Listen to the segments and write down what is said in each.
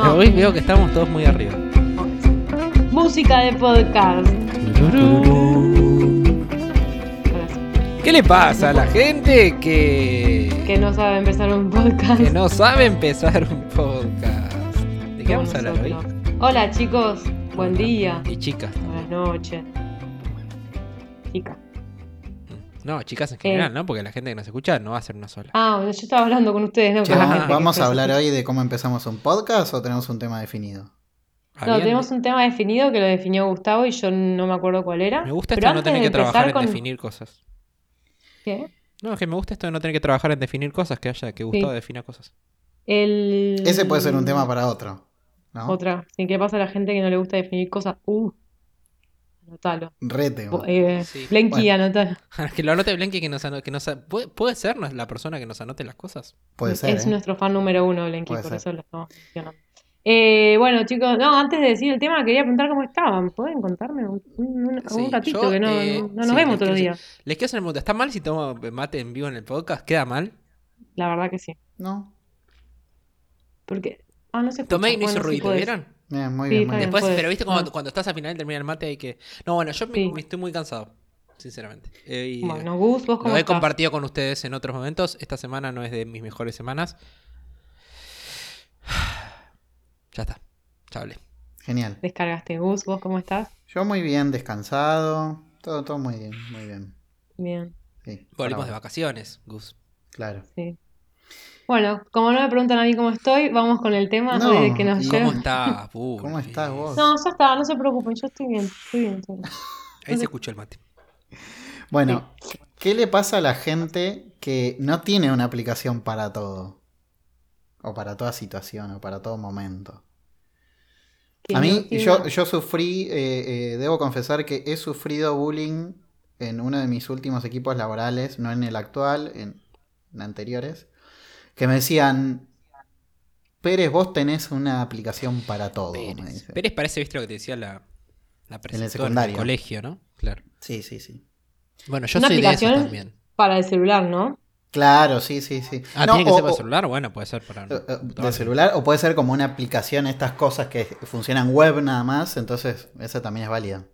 Ah. veis veo que estamos todos muy arriba. Música de podcast. ¿Qué le pasa a la gente que, Que no sabe empezar un podcast. que no sabe empezar un podcast? ¿De qué como vamos a hablar hoy? nosotros. Hola chicos, buen día, Y chicas. buenas noches. Chica. No, chicas en general, ¿no? Porque la gente que nos escucha no va a ser una sola. Eh. Ah, bueno, yo estaba hablando con ustedes, ¿no? Che, Con la ¿vamos, gente que vamos a nos hablar escucha. hoy de cómo empezamos un podcast o tenemos un tema definido? No, Habían- tenemos un tema definido que lo definió Gustavo y yo no me acuerdo cuál era. Me gusta Pero esto de no antes tener de que trabajar en empezar con- definir cosas. ¿Qué? No, es que me gusta esto de no tener que trabajar en definir cosas, que haya que Gustavo Sí. defina cosas. El... Ese puede ser un tema para otro. ¿no? Otra. ¿Y qué pasa a la gente que no le gusta definir cosas? Uh, anotalo. Re tema. Bo- eh, Sí. Blenky, Bueno. anotalo. que lo anote Blenky que nos ano- que nos a- ¿Puede, puede ser nos- la persona que nos anote las cosas. Puede ser. Es ¿eh? nuestro fan número uno, Blenky, Puede por ser. eso lo estamos mencionando. Eh, bueno, chicos, no, antes de decir el tema, quería preguntar cómo estaban. ¿Pueden contarme un, un- un- Sí, un ratito yo, que no, eh, no- no nos sí, vemos les todos los quiero días? Les quiero hacer el pregunta. ¿Está mal si tomo mate en vivo en el podcast? ¿Queda mal? La verdad que sí. No. Porque. Ah, no se escucha. Tomé y no hizo Bueno, sí ruido, podés. ¿vieron? Bien, muy Sí, está bien, muy bien. bien. Después, puedes. pero viste cuando, Ah. cuando estás al final termina el mate hay que. No, bueno, yo me, Sí. me estoy muy cansado, sinceramente. Eh, y, Bueno, Gus, vos cómo Lo he estás? compartido con ustedes en otros momentos. Esta semana no es de mis mejores semanas. Ya está. Ya hablé. Genial. Descargaste. Gus, vos cómo estás? Yo muy bien, descansado. Todo, todo muy bien, muy bien. Bien, Sí, por Volvimos de ahora. vacaciones, Gus. Claro. sí. Bueno, como no me preguntan a mí cómo estoy, vamos con el tema No, de que nos ¿y lleva. ¿Cómo estás, Bull? ¿Cómo estás vos? No, ya está, no se preocupen, yo estoy bien, estoy bien. estoy bien. Ahí se escuchó el mate. Bueno, ¿qué le pasa a la gente que no tiene una aplicación para todo? O para toda situación, o para todo momento. Que A mí, no tiene- yo, yo sufrí, eh, eh, debo confesar que he sufrido bullying en uno de mis últimos equipos laborales, no en el actual, en, en anteriores, que me decían, Pérez, vos tenés una aplicación para todo. me Pérez. dicen. Pérez parece, viste lo que te decía la, la preceptora del secundario. colegio, ¿no? Claro. Sí, sí, sí. Bueno, yo Una soy de eso aplicación- también. Para el celular, ¿no? Claro, sí, sí, sí. Ah, No, ¿tiene que o- ser para o- celular? Bueno, puede ser para... eh, eh, para- De celular, o puede ser como una aplicación, estas cosas que funcionan web nada más, entonces esa también es válida.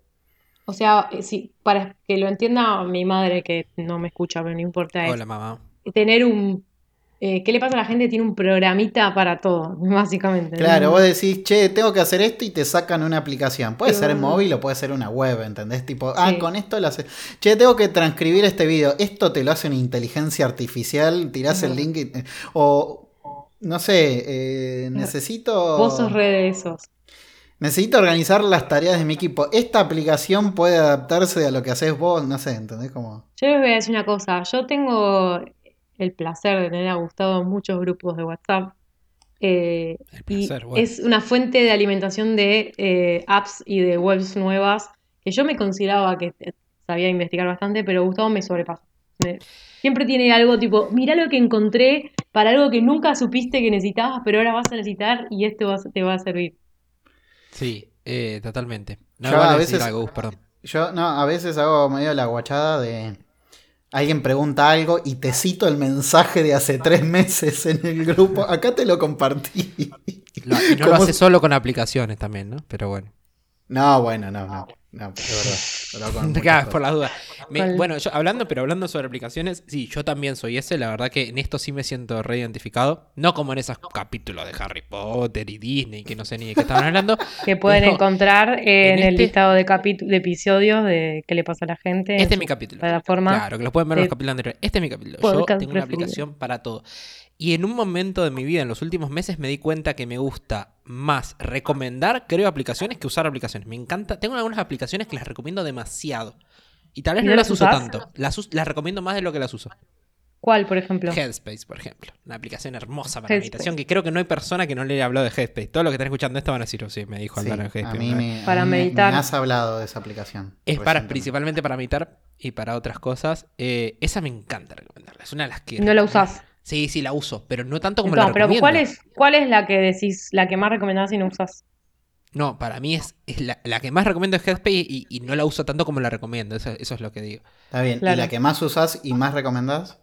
O sea, eh, sí, para que lo entienda mi madre que no me escucha, pero no importa, es Hola, mamá. tener un... eh, ¿qué le pasa a la gente? que Tiene un programita para todo, básicamente. Claro, ¿no? vos decís, che, tengo que hacer esto y te sacan una aplicación. Puede Sí, ser bueno. móvil o puede ser una web, ¿entendés? Tipo, ah, Em. Sí. con esto lo haces. Che, tengo que transcribir este video. Esto te lo hace una inteligencia artificial, tirás Ajá. el link y- o no sé, eh, necesito Em, Vos sos re de esos. necesito organizar las tareas de mi equipo. Esta aplicación puede adaptarse a lo que haces vos, no sé, ¿entendés? Como Yo les voy a decir una cosa, yo tengo el placer de tener a Gustavo en muchos grupos de WhatsApp eh, El y placer, bueno. es una fuente de alimentación de eh, apps y de webs nuevas que yo me consideraba que eh, sabía investigar bastante, pero Gustavo me sobrepasa. Me- siempre tiene algo tipo, mirá lo que encontré para algo que nunca supiste que necesitabas, pero ahora vas a necesitar y esto vas- te va a servir. Sí, eh, totalmente. No, Yo igual a iba a decir veces- algo, Gus, perdón. yo no, a veces hago medio la guachada de Alguien pregunta algo y te cito el mensaje de hace tres meses en el grupo. Acá te lo compartí. Lo- y no lo ¿Cómo hace se- solo con aplicaciones también, ¿no? Pero bueno. No, bueno, no, no. No, es verdad. Pero con muchas Claro, cosas. por las dudas. Me- Vale. bueno, yo hablando, pero hablando sobre aplicaciones, sí, yo también soy ese. La verdad que en esto sí me siento re identificado. No como en esos capítulos de Harry Potter y Disney, que no sé ni de qué estaban hablando. Que pueden Pero encontrar en, en el este- listado de, capi- de episodios de qué le pasa a la gente. en Este es su mi capítulo. plataforma. Claro, que los pueden ver en los de capítulos anteriores. Este es mi capítulo. Yo podcast tengo una preferido. aplicación para todo. Y en un momento de mi vida, en los últimos meses, me di cuenta que me gusta más recomendar, creo, aplicaciones que usar aplicaciones. Me encanta. Tengo algunas aplicaciones que las recomiendo demasiado. Y tal vez ¿Y no no las las uso usás? tanto. Las, us- las recomiendo más de lo que las uso. ¿Cuál, por ejemplo? Headspace, por ejemplo. Una aplicación hermosa para Headspace. meditación que creo que no hay persona que no le haya hablado de Headspace. Todos los que están escuchando esto van a decir, "Oh, sí, me dijo Sí, Aldana de a Headspace. mí una vez". me, a Para mí me- meditar. me has hablado de esa aplicación. Pues Es para, recientemente. principalmente para meditar y para otras cosas. Eh, esa me encanta recomendarla. Es una de las que... No la recomiendo. usás. Sí, sí, la uso, pero no tanto como No, la pero recomiendo. ¿cuál es, ¿cuál es la que decís, la que más recomendás y no usás? No, para mí es, es la, la que más recomiendo es Headspace y, y no la uso tanto como la recomiendo. Eso, eso es lo que digo. Está bien. ¿Y Claro. la que más usás y más recomendás?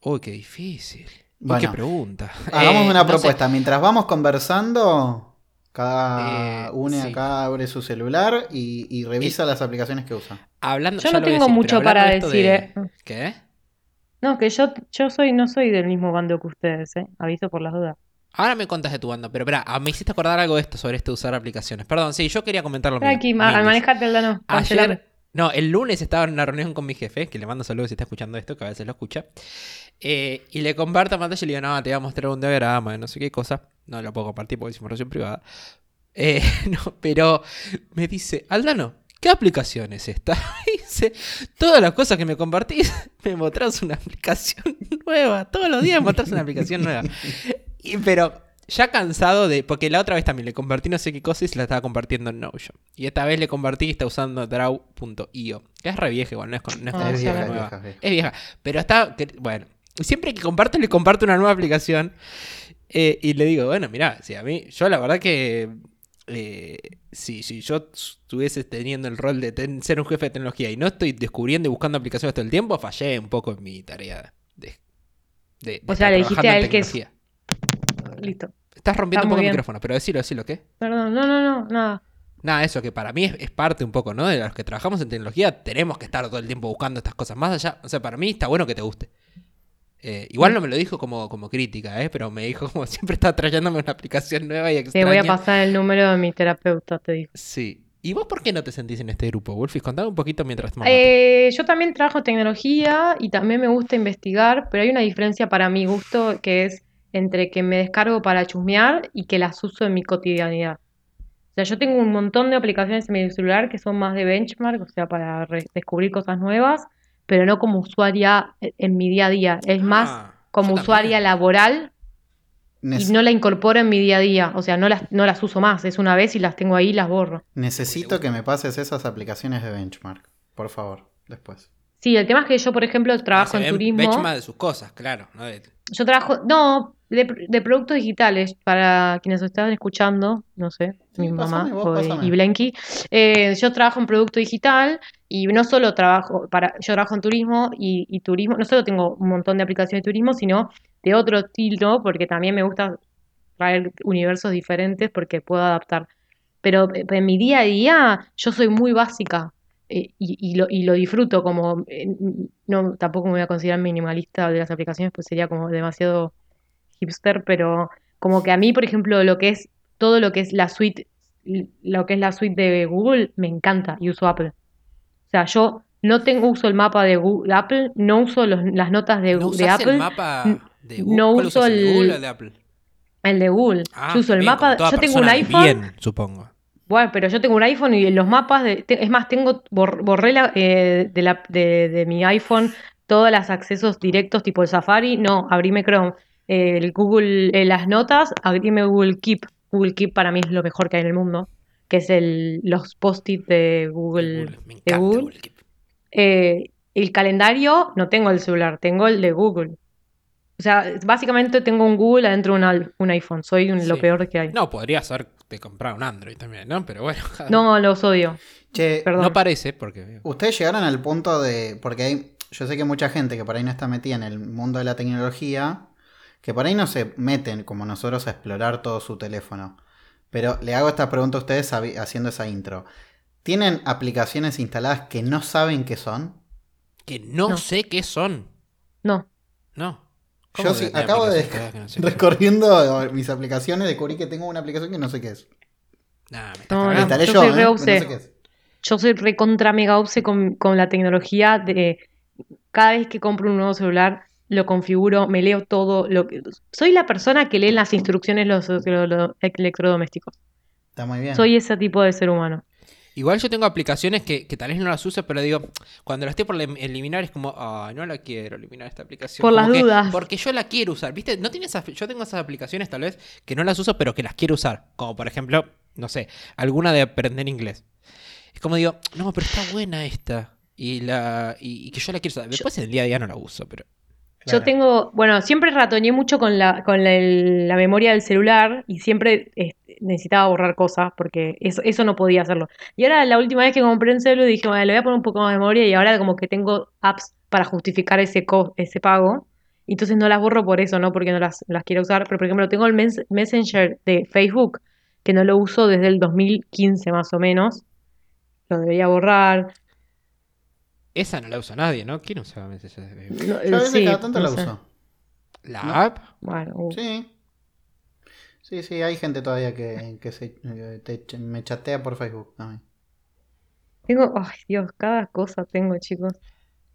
Uy, qué difícil. Uy, ¿Qué pregunta? Hagamos Eh, no una sé. propuesta. Mientras vamos conversando, cada Eh, une sí. acá abre su celular y, y revisa las aplicaciones que usa. Hablando, Yo ya no lo voy a tengo decir, mucho pero hablando para de esto decir, de- eh. ¿Qué? No, que yo, yo soy, no soy del mismo bando que ustedes, ¿eh? Aviso por las dudas. Ahora me contas de tu banda, pero espera, me hiciste acordar algo de esto sobre este usar aplicaciones. Perdón, sí, yo quería comentar lo mismo. Tranqui, ma- Milis. manejate el dano. cancelame. Ayer, no, el lunes estaba en una reunión con mi jefe, que le mando saludos si está escuchando esto, que a veces lo escucha. eh, y le comparto pantalla y le digo, no, te voy a mostrar un diagrama de no sé qué cosa. No lo puedo compartir porque es información privada. Eh, no, pero me dice, Aldano, ¿qué aplicación es esta? Y dice, todas las cosas que me compartís, me mostrás una aplicación nueva. Todos los días me mostrás una aplicación nueva. Y- pero ya cansado de. Porque la otra vez también le compartí no sé qué cosa y se la estaba compartiendo en Notion. Y esta vez le compartí y está usando draw.io. Que es re vieja, igual, no es, con- no es Ah, tan es sí, nueva. vieja, la vieja, vieja. Es vieja. Pero está. que- Bueno. Siempre que comparto, le comparto una nueva aplicación. eh, y le digo, bueno, mirá, si a mí. Yo la verdad que. eh, si, si yo estuviese teniendo el rol de ten- ser un jefe de tecnología y no estoy descubriendo y buscando aplicaciones todo el tiempo, fallé un poco en mi tarea de. de- de O estar sea, le dijiste trabajando en a él que es- tecnología. Listo. Estás rompiendo Está un poco el muy bien. micrófono, pero decilo, decilo, ¿qué? Perdón, no, no, no, nada. Nada, eso que para mí es, es parte un poco, ¿no? De los que trabajamos en tecnología, tenemos que estar todo el tiempo buscando estas cosas más allá. O sea, para mí está bueno que te guste. Eh, igual no me lo dijo como, como crítica, ¿eh? Pero me dijo como siempre está trayéndome una aplicación nueva y Te extraña. voy a pasar el número de mi terapeuta, te digo. Sí. ¿Y vos por qué no te sentís en este grupo, Wolfis? Contame un poquito mientras tomamos mate. Eh, yo también trabajo tecnología y también me gusta investigar, pero hay una diferencia para mi gusto que es entre que me descargo para chusmear y que las uso en mi cotidianidad. O sea, yo tengo un montón de aplicaciones en mi celular que son más de benchmark, o sea, para re- descubrir cosas nuevas, pero no como usuaria eh, en mi día a día. Es más, Ah, yo como también. usuaria laboral Nece- y no la incorporo en mi día a día. O sea, no las, no las uso más. Es una vez y las tengo ahí y las borro. Necesito que me pases esas aplicaciones de benchmark, por favor, después. Sí, el tema es que yo, por ejemplo, Ah, trabajo se en ven turismo. benchmark de sus cosas, claro. ¿no? De- Yo trabajo, no, de, de productos digitales, para quienes están escuchando, no sé, Sí, mi pásame, mamá vos o- pásame. y Blenky. Eh, yo trabajo en producto digital y no solo trabajo, para, yo trabajo en turismo y, y turismo, no solo tengo un montón de aplicaciones de turismo, sino de otro estilo, porque también me gusta traer universos diferentes porque puedo adaptar. Pero eh, en mi día a día yo soy muy básica eh, y, y lo, y lo disfruto como eh, no tampoco me voy a considerar minimalista de las aplicaciones pues sería como demasiado hipster pero como que a mí por ejemplo lo que es todo lo que es la suite lo que es la suite de Google me encanta y uso Apple o sea yo no tengo uso el mapa de Google, Apple no uso los- las notas de, ¿No de usás Apple el mapa de Google? no ¿Cuál uso usás, de el- Google o el de Apple? el de Google Ah, yo uso el bien, como mapa toda yo tengo un persona de iPhone Bien, supongo. Bueno, pero yo tengo un iPhone y los mapas, de- te- es más, tengo bor- borré la, eh, de, la- de- de mi iPhone todos los accesos directos tipo el Safari, no, abrime Chrome, Eh, el Google, eh, las notas, abrime Google Keep. Google Keep para mí es lo mejor que hay en el mundo, que es el, los post-it de De Google. Me encanta Google. Google Keep. Eh, el calendario no tengo el celular, tengo el de Google. O sea, básicamente tengo un Google adentro de un, al- un iPhone, soy un- lo Sí. peor que hay. No, podría ser te comprar un Android también, ¿no? Pero bueno, cada- No, los odio, Che, perdón. no parece porque... Ustedes llegaron al punto de. Porque hay. Yo sé que mucha gente que por ahí no está metida en el mundo de la tecnología. Que por ahí no se meten como nosotros a explorar todo su teléfono. Pero le hago esta pregunta a ustedes sabi- haciendo esa intro. ¿Tienen aplicaciones instaladas que no saben qué son? Que no, No. sé qué son. No, No. Yo sí, tener acabo de aplicaciones que no sé qué son? Recorriendo mis aplicaciones, descubrí que tengo una aplicación que no sé qué es. Nah, me estás No, no. La cagando. instalé yo yo, soy ¿eh? re Pero no obse. sé qué es. Yo soy recontra mega obse con, con la tecnología de cada vez que compro un nuevo celular, lo configuro, me leo todo. Lo, que- soy la persona que lee las instrucciones los, los- los electrodomésticos. Está muy bien. Soy ese tipo de ser humano. Igual yo tengo aplicaciones que, que tal vez no las uso, pero digo, cuando las estoy por elim- eliminar es como, ah, no la quiero eliminar esta aplicación. Por Como las que- dudas. Porque yo la quiero usar, ¿viste? No tiene esas, yo tengo esas aplicaciones tal vez que no las uso, pero que las quiero usar. Como por ejemplo, no sé, alguna de aprender inglés. Es como digo, no, pero está buena esta. Y la y, y que yo la quiero usar. Después en el día a día no la uso, pero... Claro. Yo tengo, bueno, siempre ratoñé mucho con la, con la, el- la memoria del celular y siempre este, necesitaba borrar cosas porque eso, eso no podía hacerlo. Y ahora la última vez que compré un celular dije, bueno, le voy a poner un poco más de memoria y ahora como que tengo apps para justificar ese, co- ese pago Entonces no las borro por eso, no porque no las, las quiero usar. Pero, por ejemplo, tengo el mens- Messenger de Facebook, que no lo uso desde el 2015 más o menos. Lo debería borrar. Esa no la usa nadie, ¿no? ¿Quién usa Messenger de Facebook? No, Yo a veces sí, cada tanto no la sé. uso. ¿La No. app? Bueno, uh, Sí. Sí, sí, hay gente todavía que, que se, eh, te ch- me chatea por Facebook a mí. tengo, ay Dios, cada cosa tengo, chicos.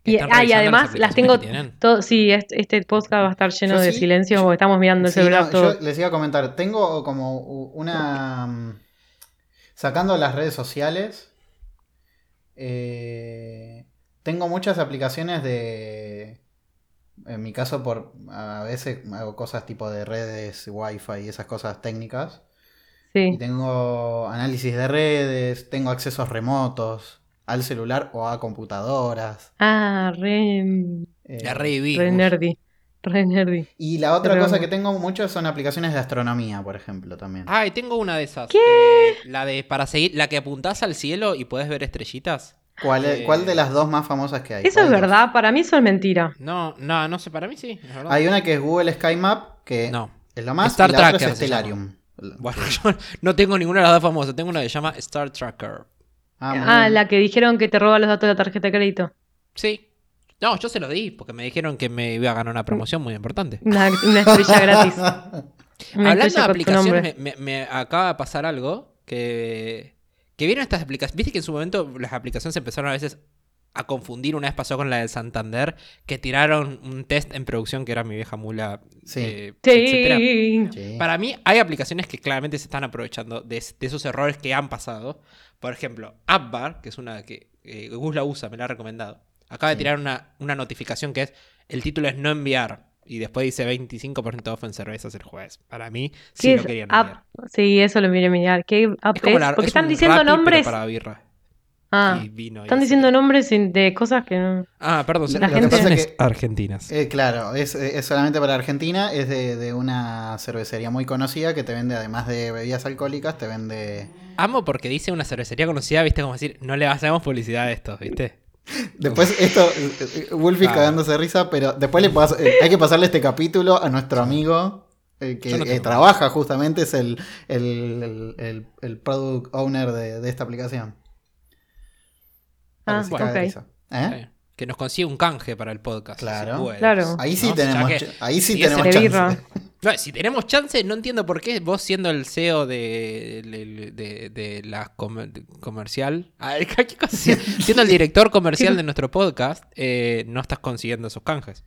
Que Y, están ah, y revisando además las aplicaciones tengo que tienen. todo, sí, este, este podcast va a estar lleno Yo de sí, silencio yo- porque estamos mirando el Sí, celular no, todo. yo les iba a comentar, tengo como u- una... mm, Sacando las redes sociales, eh, tengo muchas aplicaciones de... En mi caso, por a veces hago cosas tipo de redes, wifi y esas cosas técnicas. Sí. Y tengo análisis de redes, tengo accesos remotos al celular o a computadoras. Ah, re, eh, La reviví. re Uf. nerdy. Re nerdy. Y la otra Pero- cosa que tengo mucho son aplicaciones de astronomía, por ejemplo, también. Ay, tengo una de esas. ¿Qué? Eh, la de para seguir, la que apuntás al cielo y podés ver estrellitas. ¿Cuál, Eh, cuál de las dos más famosas que hay? Eso es ¿Cuál de- verdad, para mí eso es mentira. No, no, no sé, para mí sí. es verdad. Hay una que es Google Sky Map, que No. es lo más, Star y la otra es Tracker se Stellarium. Bueno, yo no tengo ninguna de las dos famosas. Tengo una que se llama Star Tracker. Ah, muy Ah, bien. la que dijeron que te roba los datos de la tarjeta de crédito. Sí. No, yo se los di porque me dijeron que me iba a ganar una promoción muy importante. Una, una estrella gratis. Una Hablando de estrella con tu aplicaciones, nombre. me, me- me acaba de pasar algo que. Que vieron estas aplicaciones. Viste que en su momento las aplicaciones empezaron a veces a confundir. Una vez pasó con la del Santander, que tiraron un test en producción que era mi vieja mula. Sí. eh, etcétera. Sí. Sí. Para mí hay aplicaciones que claramente se están aprovechando de, es- de esos errores que han pasado. Por ejemplo, AppBar, que es una que eh, Gus la usa, me la ha recomendado. Acaba de Sí. tirar una, una notificación que es, el título es no enviar. Y después dice 25% off en cervezas el jueves. Para mí, sí ¿Qué lo es querían app? enviar. Sí, eso lo miré mirar. ¿Qué app Es como es? la- Porque es están un diciendo Rappi, pero nombres. para birra Ah, y vino y están eso. diciendo nombres sin- de cosas que no. Ah, perdón, son La gente- aplicaciones que- argentinas. Eh, claro, es, es solamente para Argentina, es de, de una cervecería muy conocida que te vende, además de bebidas alcohólicas, te vende... Amo porque dice una cervecería conocida, viste, como decir, no le hacemos publicidad a estos, viste. Después esto, eh, eh, Wolfie Claro. cagándose de risa, pero después le pas- eh, hay que pasarle este capítulo a nuestro amigo eh, que Yo no eh, tengo. trabaja justamente, es el, el, el- el- el product owner de, de esta aplicación. Para Ah, que se cague de ok. risa. ¿Eh? Sí. Que nos consigue un canje para el podcast. Claro. si puedes, Claro. Ahí sí ¿no? tenemos, Ya que- ch- ahí sí si es tenemos De chance. birra. No, si tenemos chance, no entiendo por qué vos siendo el CEO de, de, de- de la comer- de- comercial, a ver, ¿qué cosa? Si- siendo el director comercial de nuestro podcast, eh, no estás consiguiendo esos canjes.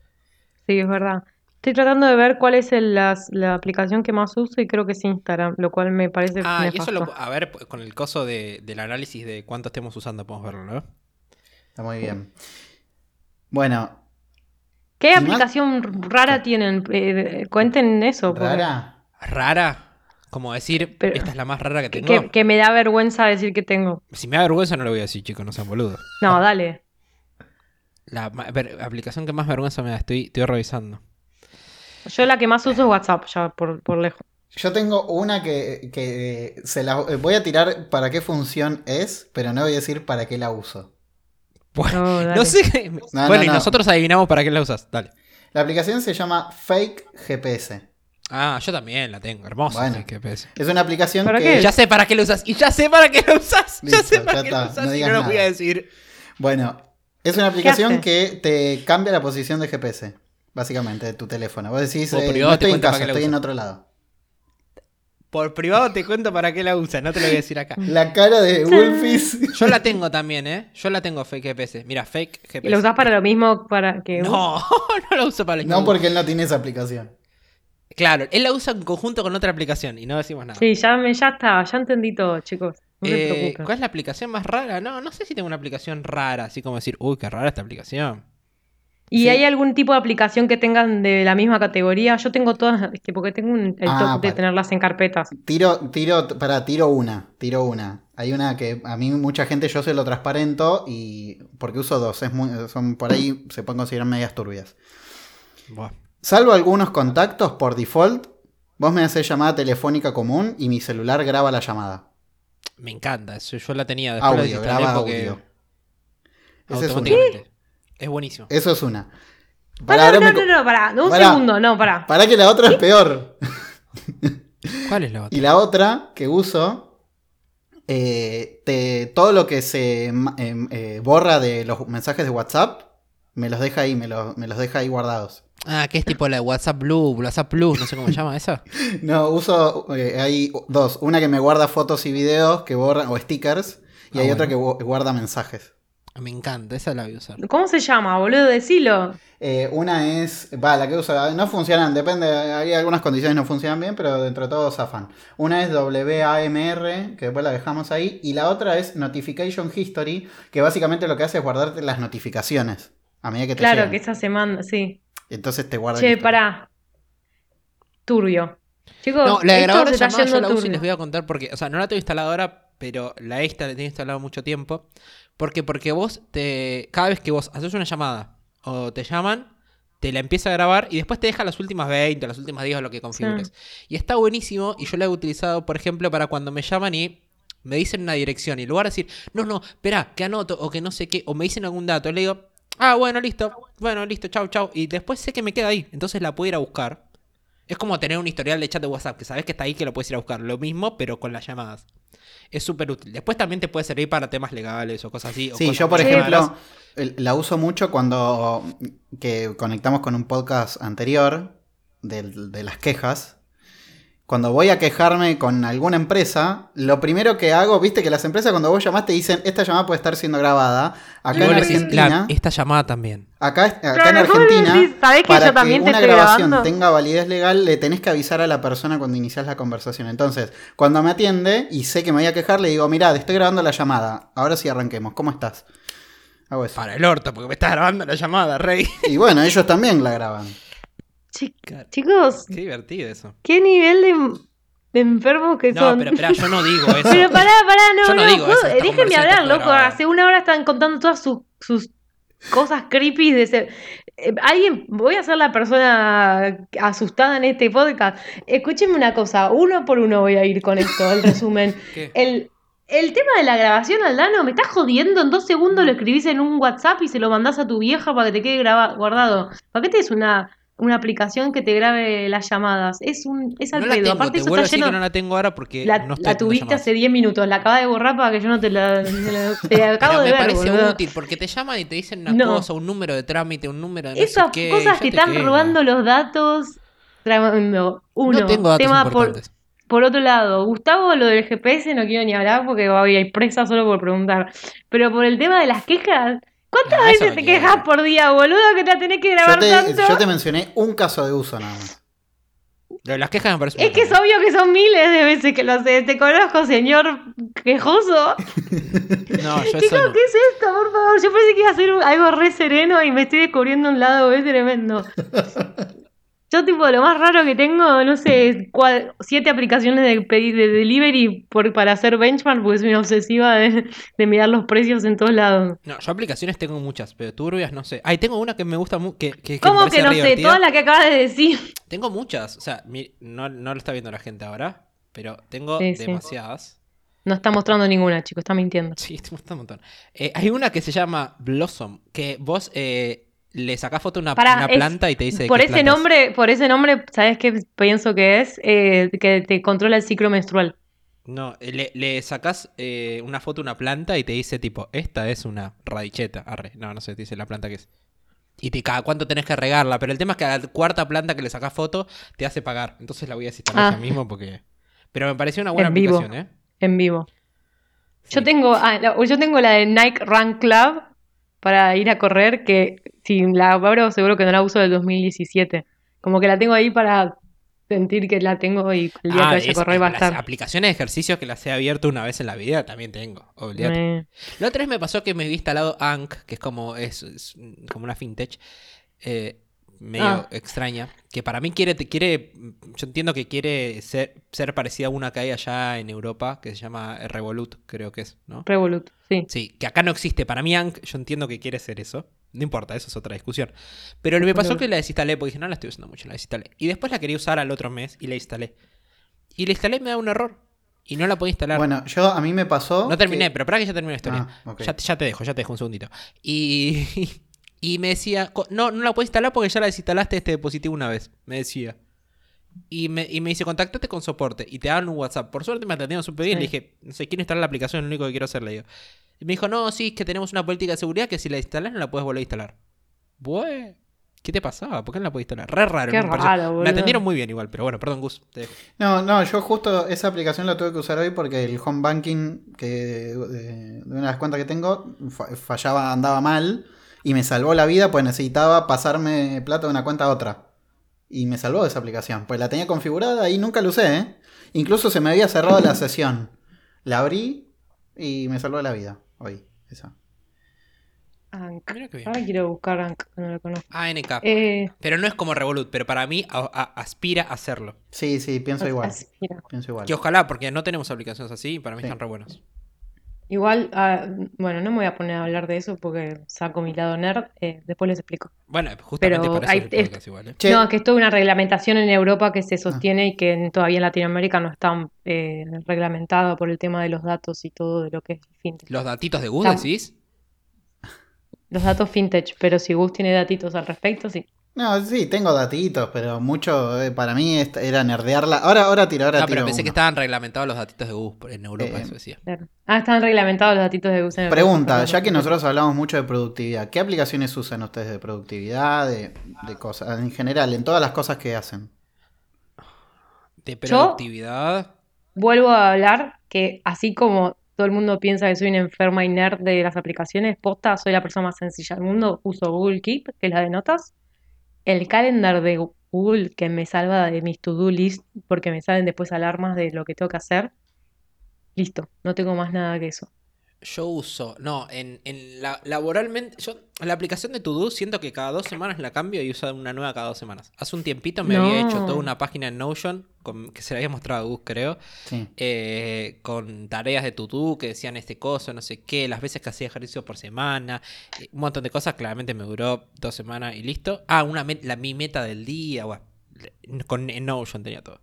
Sí, es verdad. Estoy tratando de ver cuál es el- las- la aplicación que más uso y creo que es Instagram, lo cual me parece Ah, y nefasto. eso lo, a ver, con el coso de- del análisis de cuánto estemos usando, podemos verlo, ¿no? Está muy bien. Bueno, ¿Qué ¿Y más? aplicación rara tienen? Eh, cuenten eso. porque- rara. Rara, como decir, Pero- esta es la más rara que que, tengo. que- que me da vergüenza decir que tengo. Si me da vergüenza, no lo voy a decir, chicos, no sean boludos. Ah. No, dale. La ma- ver- aplicación que más vergüenza me da, estoy, estoy revisando. Yo la que más uso es WhatsApp, ya por, por lejos. Yo tengo una que, que se la eh, voy a tirar para qué función es, pero no voy a decir para qué la uso. Bueno, No, no, dale. sé. no, bueno, y no. nosotros adivinamos para qué la usas. Dale. La aplicación se llama Fake GPS. Ah, yo también la tengo, hermosa. Bueno. sí, qué peso. Es una aplicación ¿Para que. qué? pues. Ya sé para qué lo usas, y ya sé para qué lo usas, ya Listo, sé para ya qué está, lo usas, no y digas no lo nada. voy a decir. Bueno, es una aplicación hace? que te cambia la posición de GPS, básicamente, de tu teléfono. Vos decís, Por eh, privado no te estoy en cuenta para casa, qué la estoy en usas. otro lado. Por privado te cuento para qué la usas, no te lo voy a decir acá. La cara de Wolfis. Yo la tengo también, ¿eh? Yo la tengo fake GPS. Mira, fake ¿Y GPS. lo usás para lo mismo para que No, no la uso para el No, porque él no tiene esa aplicación. Claro, él la usa en conjunto con otra aplicación y no decimos nada. Sí, ya, me, ya está, ya entendí todo, chicos. No se Eh, preocupen. ¿Cuál es la aplicación más rara? No, no sé si tengo una aplicación rara, así como decir, uy, qué rara esta aplicación. ¿Y Sí. hay algún tipo de aplicación que tengan de la misma categoría? Yo tengo todas, es que porque tengo un- el Ah, toque de vale. tenerlas en carpetas. Tiro, tiro, para, tiro una, tiro una. Hay una que a mí mucha gente yo se lo transparento y porque uso dos, es muy, son por ahí se pueden considerar medias turbias. Buah. Salvo algunos contactos por default, vos me haces llamada telefónica común y mi celular graba la llamada. Me encanta, eso yo la tenía después la Audio, desinstalé graba porque audio. Ese es uno. automáticamente. Es buenísimo. Eso es una. Pará, no, no, no, no, pará. No, un Pará. segundo, no, pará. Para que la otra es peor. Eh, ¿Cuál es la otra? Y la otra que uso, eh, te- todo lo que se ma- em, eh, borra de los mensajes de WhatsApp, me los deja ahí, me, lo- me los deja ahí guardados. Ah, que es tipo la de WhatsApp Blue, WhatsApp Blue, no sé cómo se llama esa. No, uso, eh, hay dos, una que me guarda fotos y videos que borra, o stickers, y Ah, hay bueno. otra que gu- guarda mensajes. Me encanta, esa la voy a usar. ¿Cómo se llama, boludo? Decilo. Eh, una es, va, la que usa, no funcionan, depende, hay algunas condiciones no funcionan bien, pero dentro de todo zafan. Una es WAMR, que después la dejamos ahí, y la otra es Notification History, que básicamente lo que hace es guardarte las notificaciones a medida que te Claro, llegan. que esa se manda, sí. Entonces te guarda. el Che, historial. pará. Turbio. Chicos, No, la de esto grabadora se de está llamada yo yendo la uso y turbio. les voy a contar porque, o sea, no la tengo instalada ahora, pero la esta la tengo instalada mucho tiempo. Porque, porque vos te. Cada vez que vos haces una llamada o te llaman, te la empieza a grabar y después te deja las últimas 20, las últimas 10 o lo que configures. Y está buenísimo y yo la he utilizado, por ejemplo, para cuando me llaman y. Me dicen una dirección y en lugar de decir, no, no, espera, que anoto o que no sé qué, o me dicen algún dato, le digo, ah, bueno, listo, bueno, listo, chau, chau, y después sé que me queda ahí, entonces la puedo ir a buscar. Es como tener un historial de chat de WhatsApp, que sabes que está ahí que lo puedes ir a buscar. Lo mismo, pero con las llamadas. Es súper útil. Después también te puede servir para temas legales o cosas así. o Sí, cosas yo por que ejemplo hagas. el- la uso mucho cuando que conectamos con un podcast anterior del- de, las quejas. Cuando voy a quejarme con alguna empresa, lo primero que hago, viste que las empresas cuando vos llamás te dicen, esta llamada puede estar siendo grabada. Y Acá vos en le decís, Argentina, la- esta llamada también. acá, acá en Claro, vos le Argentina, decís, "Sabés que para yo también te que una estoy grabación grabando". tenga validez legal, le tenés que avisar a la persona cuando iniciás la conversación. Entonces, cuando me atiende y sé que me voy a quejar, le digo, mirá, te estoy grabando la llamada. Ahora sí arranquemos. ¿Cómo estás? Hago eso. Para el orto, porque me estás grabando la llamada, rey. Y bueno, ellos también la graban. Chi- Chicos, Qué divertido eso. qué nivel de, de enfermos que No, son. pero espera, yo no digo eso. Pero pará, pará, no, Yo no no, digo joder, eso, esta déjenme conversación está hablar, loco. grabada. Hace una hora están contando todas sus, sus cosas creepy de ese. Eh, alguien, voy a ser la persona asustada en este podcast. Escúchenme una cosa, uno por uno voy a ir con esto, el resumen. ¿Qué? El, el tema de la grabación, Aldano, me estás jodiendo. En dos segundos lo Mm. escribís en un WhatsApp y se lo mandás a tu vieja para que te quede graba- guardado. ¿Para qué tenés una, una aplicación que te grabe las llamadas? Es un es al No la pedo. tengo, Aparte, te eso vuelvo a está decir lleno. que no la tengo ahora porque La, Eh, no estoy la haciendo tuviste llamadas. hace 10 minutos, la acabas de borrar para que yo no te la, te la- te la Pero acabo de me ver. parece boludo. útil porque te llaman y te dicen una No. cosa, un número de trámite, un número de no sé Esas qué, y yo cosas que te están creo. robando los datos. Tremendo. Uno, no tengo datos tema por, importantes. por otro lado, Gustavo, lo del GPS no quiero ni hablar porque voy a ir presa solo por preguntar. Pero por el tema de las quejas, ¿cuántas Ah, eso veces no te quiero quejas hablar. por día, boludo, que te la tenés que Yo grabar te, tanto? yo te mencioné un caso de uso nada más. Lo de Las quejas me parece Es que es son obvio que son miles de veces que lo sé. Te conozco, señor No, quejoso. yo eso Chicos, no. ¿qué es esto? Por favor, yo pensé que iba a ser un- algo re sereno y me estoy descubriendo un lado es tremendo. Yo, tipo, lo más raro que tengo, no sé, es cua- siete aplicaciones de, pedi- de delivery por, para hacer benchmark, porque soy una obsesiva de, de mirar los precios en todos lados. No, yo aplicaciones tengo muchas, pero turbias no sé. Ay, tengo una que me gusta mucho. Que, que, que me ¿Cómo parece que no re sé? divertida. Toda la que acabas de decir. Tengo muchas. O sea, mi- no, no lo está viendo la gente ahora, pero tengo Sí, sí. demasiadas. No está mostrando ninguna, chicos, está mintiendo. Sí, te gusta un montón. Eh, hay una que se llama Blossom, que vos eh, le sacás foto a una, Pará, una es- planta y te dice. de Por qué ese planta es. nombre, por ese nombre, ¿sabes qué pienso que es? Eh, que te controla el ciclo menstrual. No, eh, le, le sacás eh, una foto a una planta y te dice, tipo, esta es una radicheta. Arre, no, no sé, te dice la planta que es. Y te, cada cuánto tenés que regarla, pero el tema es que a la cuarta planta que le sacás foto te hace pagar. Entonces la voy a desinstalar Ah. ya mismo porque. Pero me pareció una buena En vivo. aplicación, ¿eh? En vivo. Yo Sí. tengo, ah, la- yo tengo la de Nike Run Club para ir a correr, que si la abro seguro que no la uso del 2017. Como que la tengo ahí para sentir que la tengo y el día Ah, que vaya a es- correr va a las estar. aplicaciones de ejercicios que las he abierto una vez en la vida también tengo. Obligate. Eh, La otra vez me pasó que me vi instalado Ank, que es como, es, es como una fintech eh, medio Ah. extraña, que para mí quiere, te quiere, yo entiendo que quiere ser, ser parecida a una que hay allá en Europa, que se llama Revolut, creo que es, ¿no? Revolut, sí. Sí, que acá no existe. Para mí Ank, yo entiendo que quiere ser eso. No importa, eso es otra discusión. Pero me pasó Claro. que la desinstalé porque dije, no la estoy usando mucho, la desinstalé. Y después la quería usar al otro mes y la instalé. Y la instalé y me da un error. Y no la podía instalar. Bueno, yo a mí me pasó. No terminé, que- pero para que ya termine la historia. Ah, ok. ya, te- ya te dejo, ya te dejo un segundito. Y, Y me decía, co- no, no la puedes instalar porque ya la desinstalaste este dispositivo una vez. Me decía. Y me, y me dice, contáctate con soporte. Y te dan un WhatsApp. Por suerte me atendieron súper bien. Sí. Le dije, no sé, quiero instalar la aplicación, es lo único que quiero hacer. Le digo. Y me dijo, no, sí, es que tenemos una política de seguridad que si la instalas no la puedes volver a instalar. Bue, ¿qué te pasaba? ¿Por qué no la puedes instalar? Re raro. Qué me pareció. raro, Me boludo. atendieron muy bien igual, pero bueno, perdón, Gus. te dejo. No, no, yo justo esa aplicación la tuve que usar hoy porque el home banking que de, de una de las cuentas que tengo fa- fallaba, andaba mal y me salvó la vida, pues necesitaba pasarme plata de una cuenta a otra. Y me salvó esa aplicación, pues la tenía configurada y nunca la usé, ¿eh? Incluso se me había cerrado la sesión. La abrí y me salvó la vida hoy, esa. Anc. Mira qué bien. Ah, Ahora quiero buscar Anc, no lo conozco. ANK. Eh, Pero no es como Revolut, pero para mí a- a- aspira a hacerlo. Sí, sí, pienso igual, Ah, así, mira. pienso igual. Que ojalá, porque no tenemos aplicaciones así y para mí Sí. están re buenas. Igual, ah, bueno, no me voy a poner a hablar de eso porque saco mi lado nerd, eh, después les explico. Bueno, justamente Pero para eso hay- es el podcast igual, ¿eh? Che, Ah. No, es que esto es una reglamentación en Europa que se sostiene y que en- todavía en Latinoamérica no está eh, reglamentada por el tema de los datos y todo de lo que es fintech. Los datitos de Gus, Tam- decís. Los datos fintech, pero si Gus tiene datitos al respecto, sí. no, sí, tengo datitos, pero mucho eh, para mí esta- era nerdearla. Ahora, ahora tiro, ahora Ah, tiro pero pensé que uno. estaban reglamentados los datitos de Gus por- en Europa, Eh, eso decía. claro. Ah, están reglamentados los datitos de Gus en Europa. Pregunta, Perdón, ya que perdón. nosotros hablamos mucho de productividad, ¿qué aplicaciones usan ustedes de productividad, de, de cosas, en general, en todas las cosas que hacen? De Yo- productividad. Vuelvo a hablar que así como todo el mundo piensa que soy una enferma y nerd de las aplicaciones, posta, soy la persona más sencilla del mundo. Uso Google Keep, que es la de notas. El calendar de Google que me salva de mis to-do list porque me salen después alarmas de lo que tengo que hacer. Listo, no tengo más nada que eso. Yo uso, no, en, en la, laboralmente, yo la aplicación de Todo siento que cada dos semanas la cambio y uso una nueva cada dos semanas. Hace un tiempito me había No. hecho toda una página en Notion con- que se la había mostrado a Gus, creo, Sí. eh, con tareas de tutú que decían este coso, no sé qué, las veces que hacía ejercicio por semana, eh, un montón de cosas, claramente me duró dos semanas y listo. Ah, una met- la, mi meta del día, bueno, le- con en Notion tenía todo.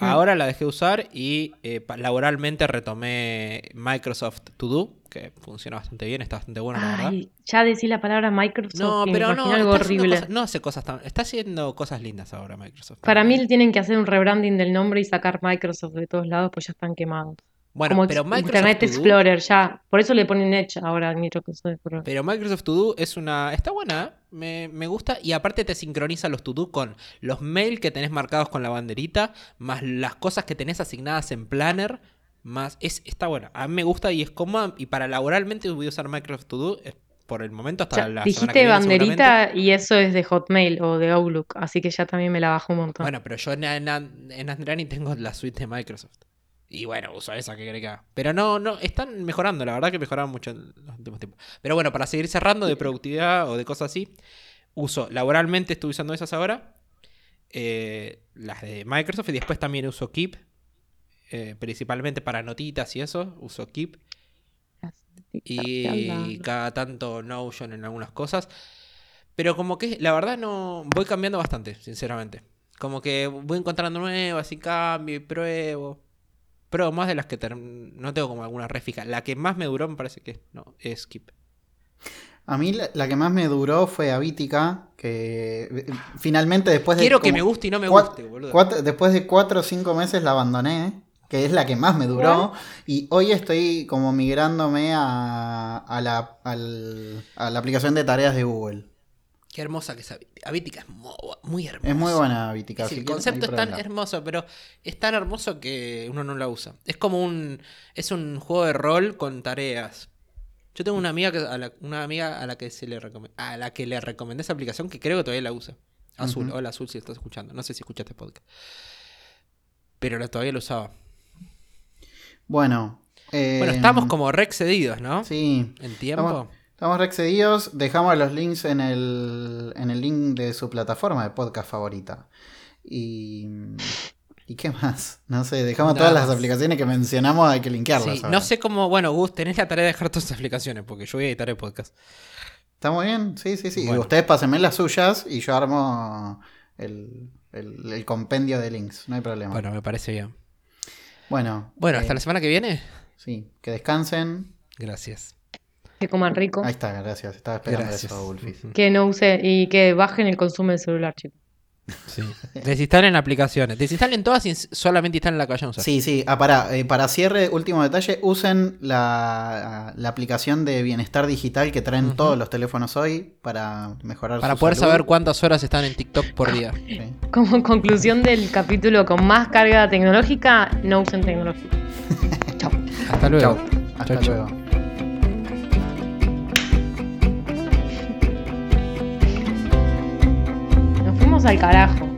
Mm. Ahora la dejé usar y eh, pa- laboralmente retomé Microsoft To Do, que funciona bastante bien, está bastante bueno, la verdad. Ay, ya decís la palabra Microsoft No, y me pero no, imagino algo está haciendo horrible. cosas- no hace cosas tan. Está haciendo cosas lindas ahora Microsoft. Para mí le tienen que hacer un rebranding del nombre y sacar Microsoft de todos lados, pues ya están quemados. bueno, como pero ex- Microsoft Internet To Do- Explorer, ya. Por eso le ponen Edge ahora a Microsoft Explorer. Pero Microsoft To Do es una. Está buena, ¿eh? me, me gusta. Y aparte te sincroniza los To Do con los mails que tenés marcados con la banderita, más las cosas que tenés asignadas en Planner. Más. Es, está buena. A mí me gusta y es cómoda. Y para laboralmente voy a usar Microsoft To Do eh, por el momento hasta la Ya, semana que dijiste viene, seguramente. banderita y eso es de Hotmail o de Outlook, así que ya también me la bajo un montón. Bueno, pero yo en, en, en Andrani tengo la suite de Microsoft. Y bueno, uso esa que querés que haga. Pero no, no, están mejorando, la verdad que mejoraron mucho en los últimos tiempos. Pero bueno, para seguir cerrando de productividad o de cosas así, uso laboralmente, estoy usando esas ahora, eh, las de Microsoft, y después también uso Keep, eh, principalmente para notitas y eso, uso Keep. Y cada tanto Notion en algunas cosas. Pero como que la verdad no voy cambiando bastante, sinceramente. Como que voy encontrando nuevas y cambio y pruebo. Pruebo más de las que ter- no tengo como alguna red fija. La que más me duró me parece que no, es Keep. A mí la, la que más me duró fue Avítica, que eh, finalmente después de... Quiero que como me guste y no me cuat- guste, boludo. cuatro- después de cuatro o cinco meses la abandoné, que es la que más me duró, y hoy estoy como migrándome a, a la, al- a la aplicación de tareas de Google. Qué hermosa que es Avítica. Avítica es mo- muy hermosa. Es muy buena Avítica. Sí, así el que hay concepto que es tan probarla. hermoso, pero es tan hermoso que uno no la usa. Es como un es un juego de rol con tareas. Yo tengo una amiga que, a la, una amiga a la que se le recome- a la que le recomendé esa aplicación que creo que todavía la usa. Azul, Ujú. hola Azul si estás escuchando, no sé si escuchaste el podcast. Pero la, todavía la usaba. Bueno. Bueno, eh, estamos como re excedidos, ¿no? Sí, En tiempo. Estamos- Estamos re excedidos. Dejamos los links en el, en el link de su plataforma de podcast favorita. Y. ¿Y qué más? No sé, dejamos Nada todas las más. aplicaciones que mencionamos, hay que linkearlas. Sí, ahora. no sé cómo, bueno, Gus, tenés la tarea de dejar todas esas aplicaciones, porque yo voy a editar el podcast. ¿Está muy bien? Sí, sí, sí. Y Bueno. Ustedes pásenme las suyas y yo armo el, el- el compendio de links. No hay problema. Bueno, Bueno, me parece bien. Bueno, hasta Ah. eh, la semana que viene. sí, que descansen. Gracias. que coman rico, Ahí está, gracias. Estaba esperando Gracias. eso, Wolfis. que no use y que bajen el consumo del celular, chicos. Sí. Desinstalen aplicaciones. Desinstalen todas y solamente instalen la que vayan a usar. Sí, sí. Ah, para, para cierre, último detalle, usen la, la aplicación de bienestar digital que traen Ujú. todos los teléfonos hoy para mejorar Para su poder salud. saber cuántas horas están en TikTok por día. Sí. Como conclusión del capítulo con más carga tecnológica, no usen tecnología. Chao. Hasta luego. Chau. Hasta Chau, chau. luego. Nos fuimos al carajo.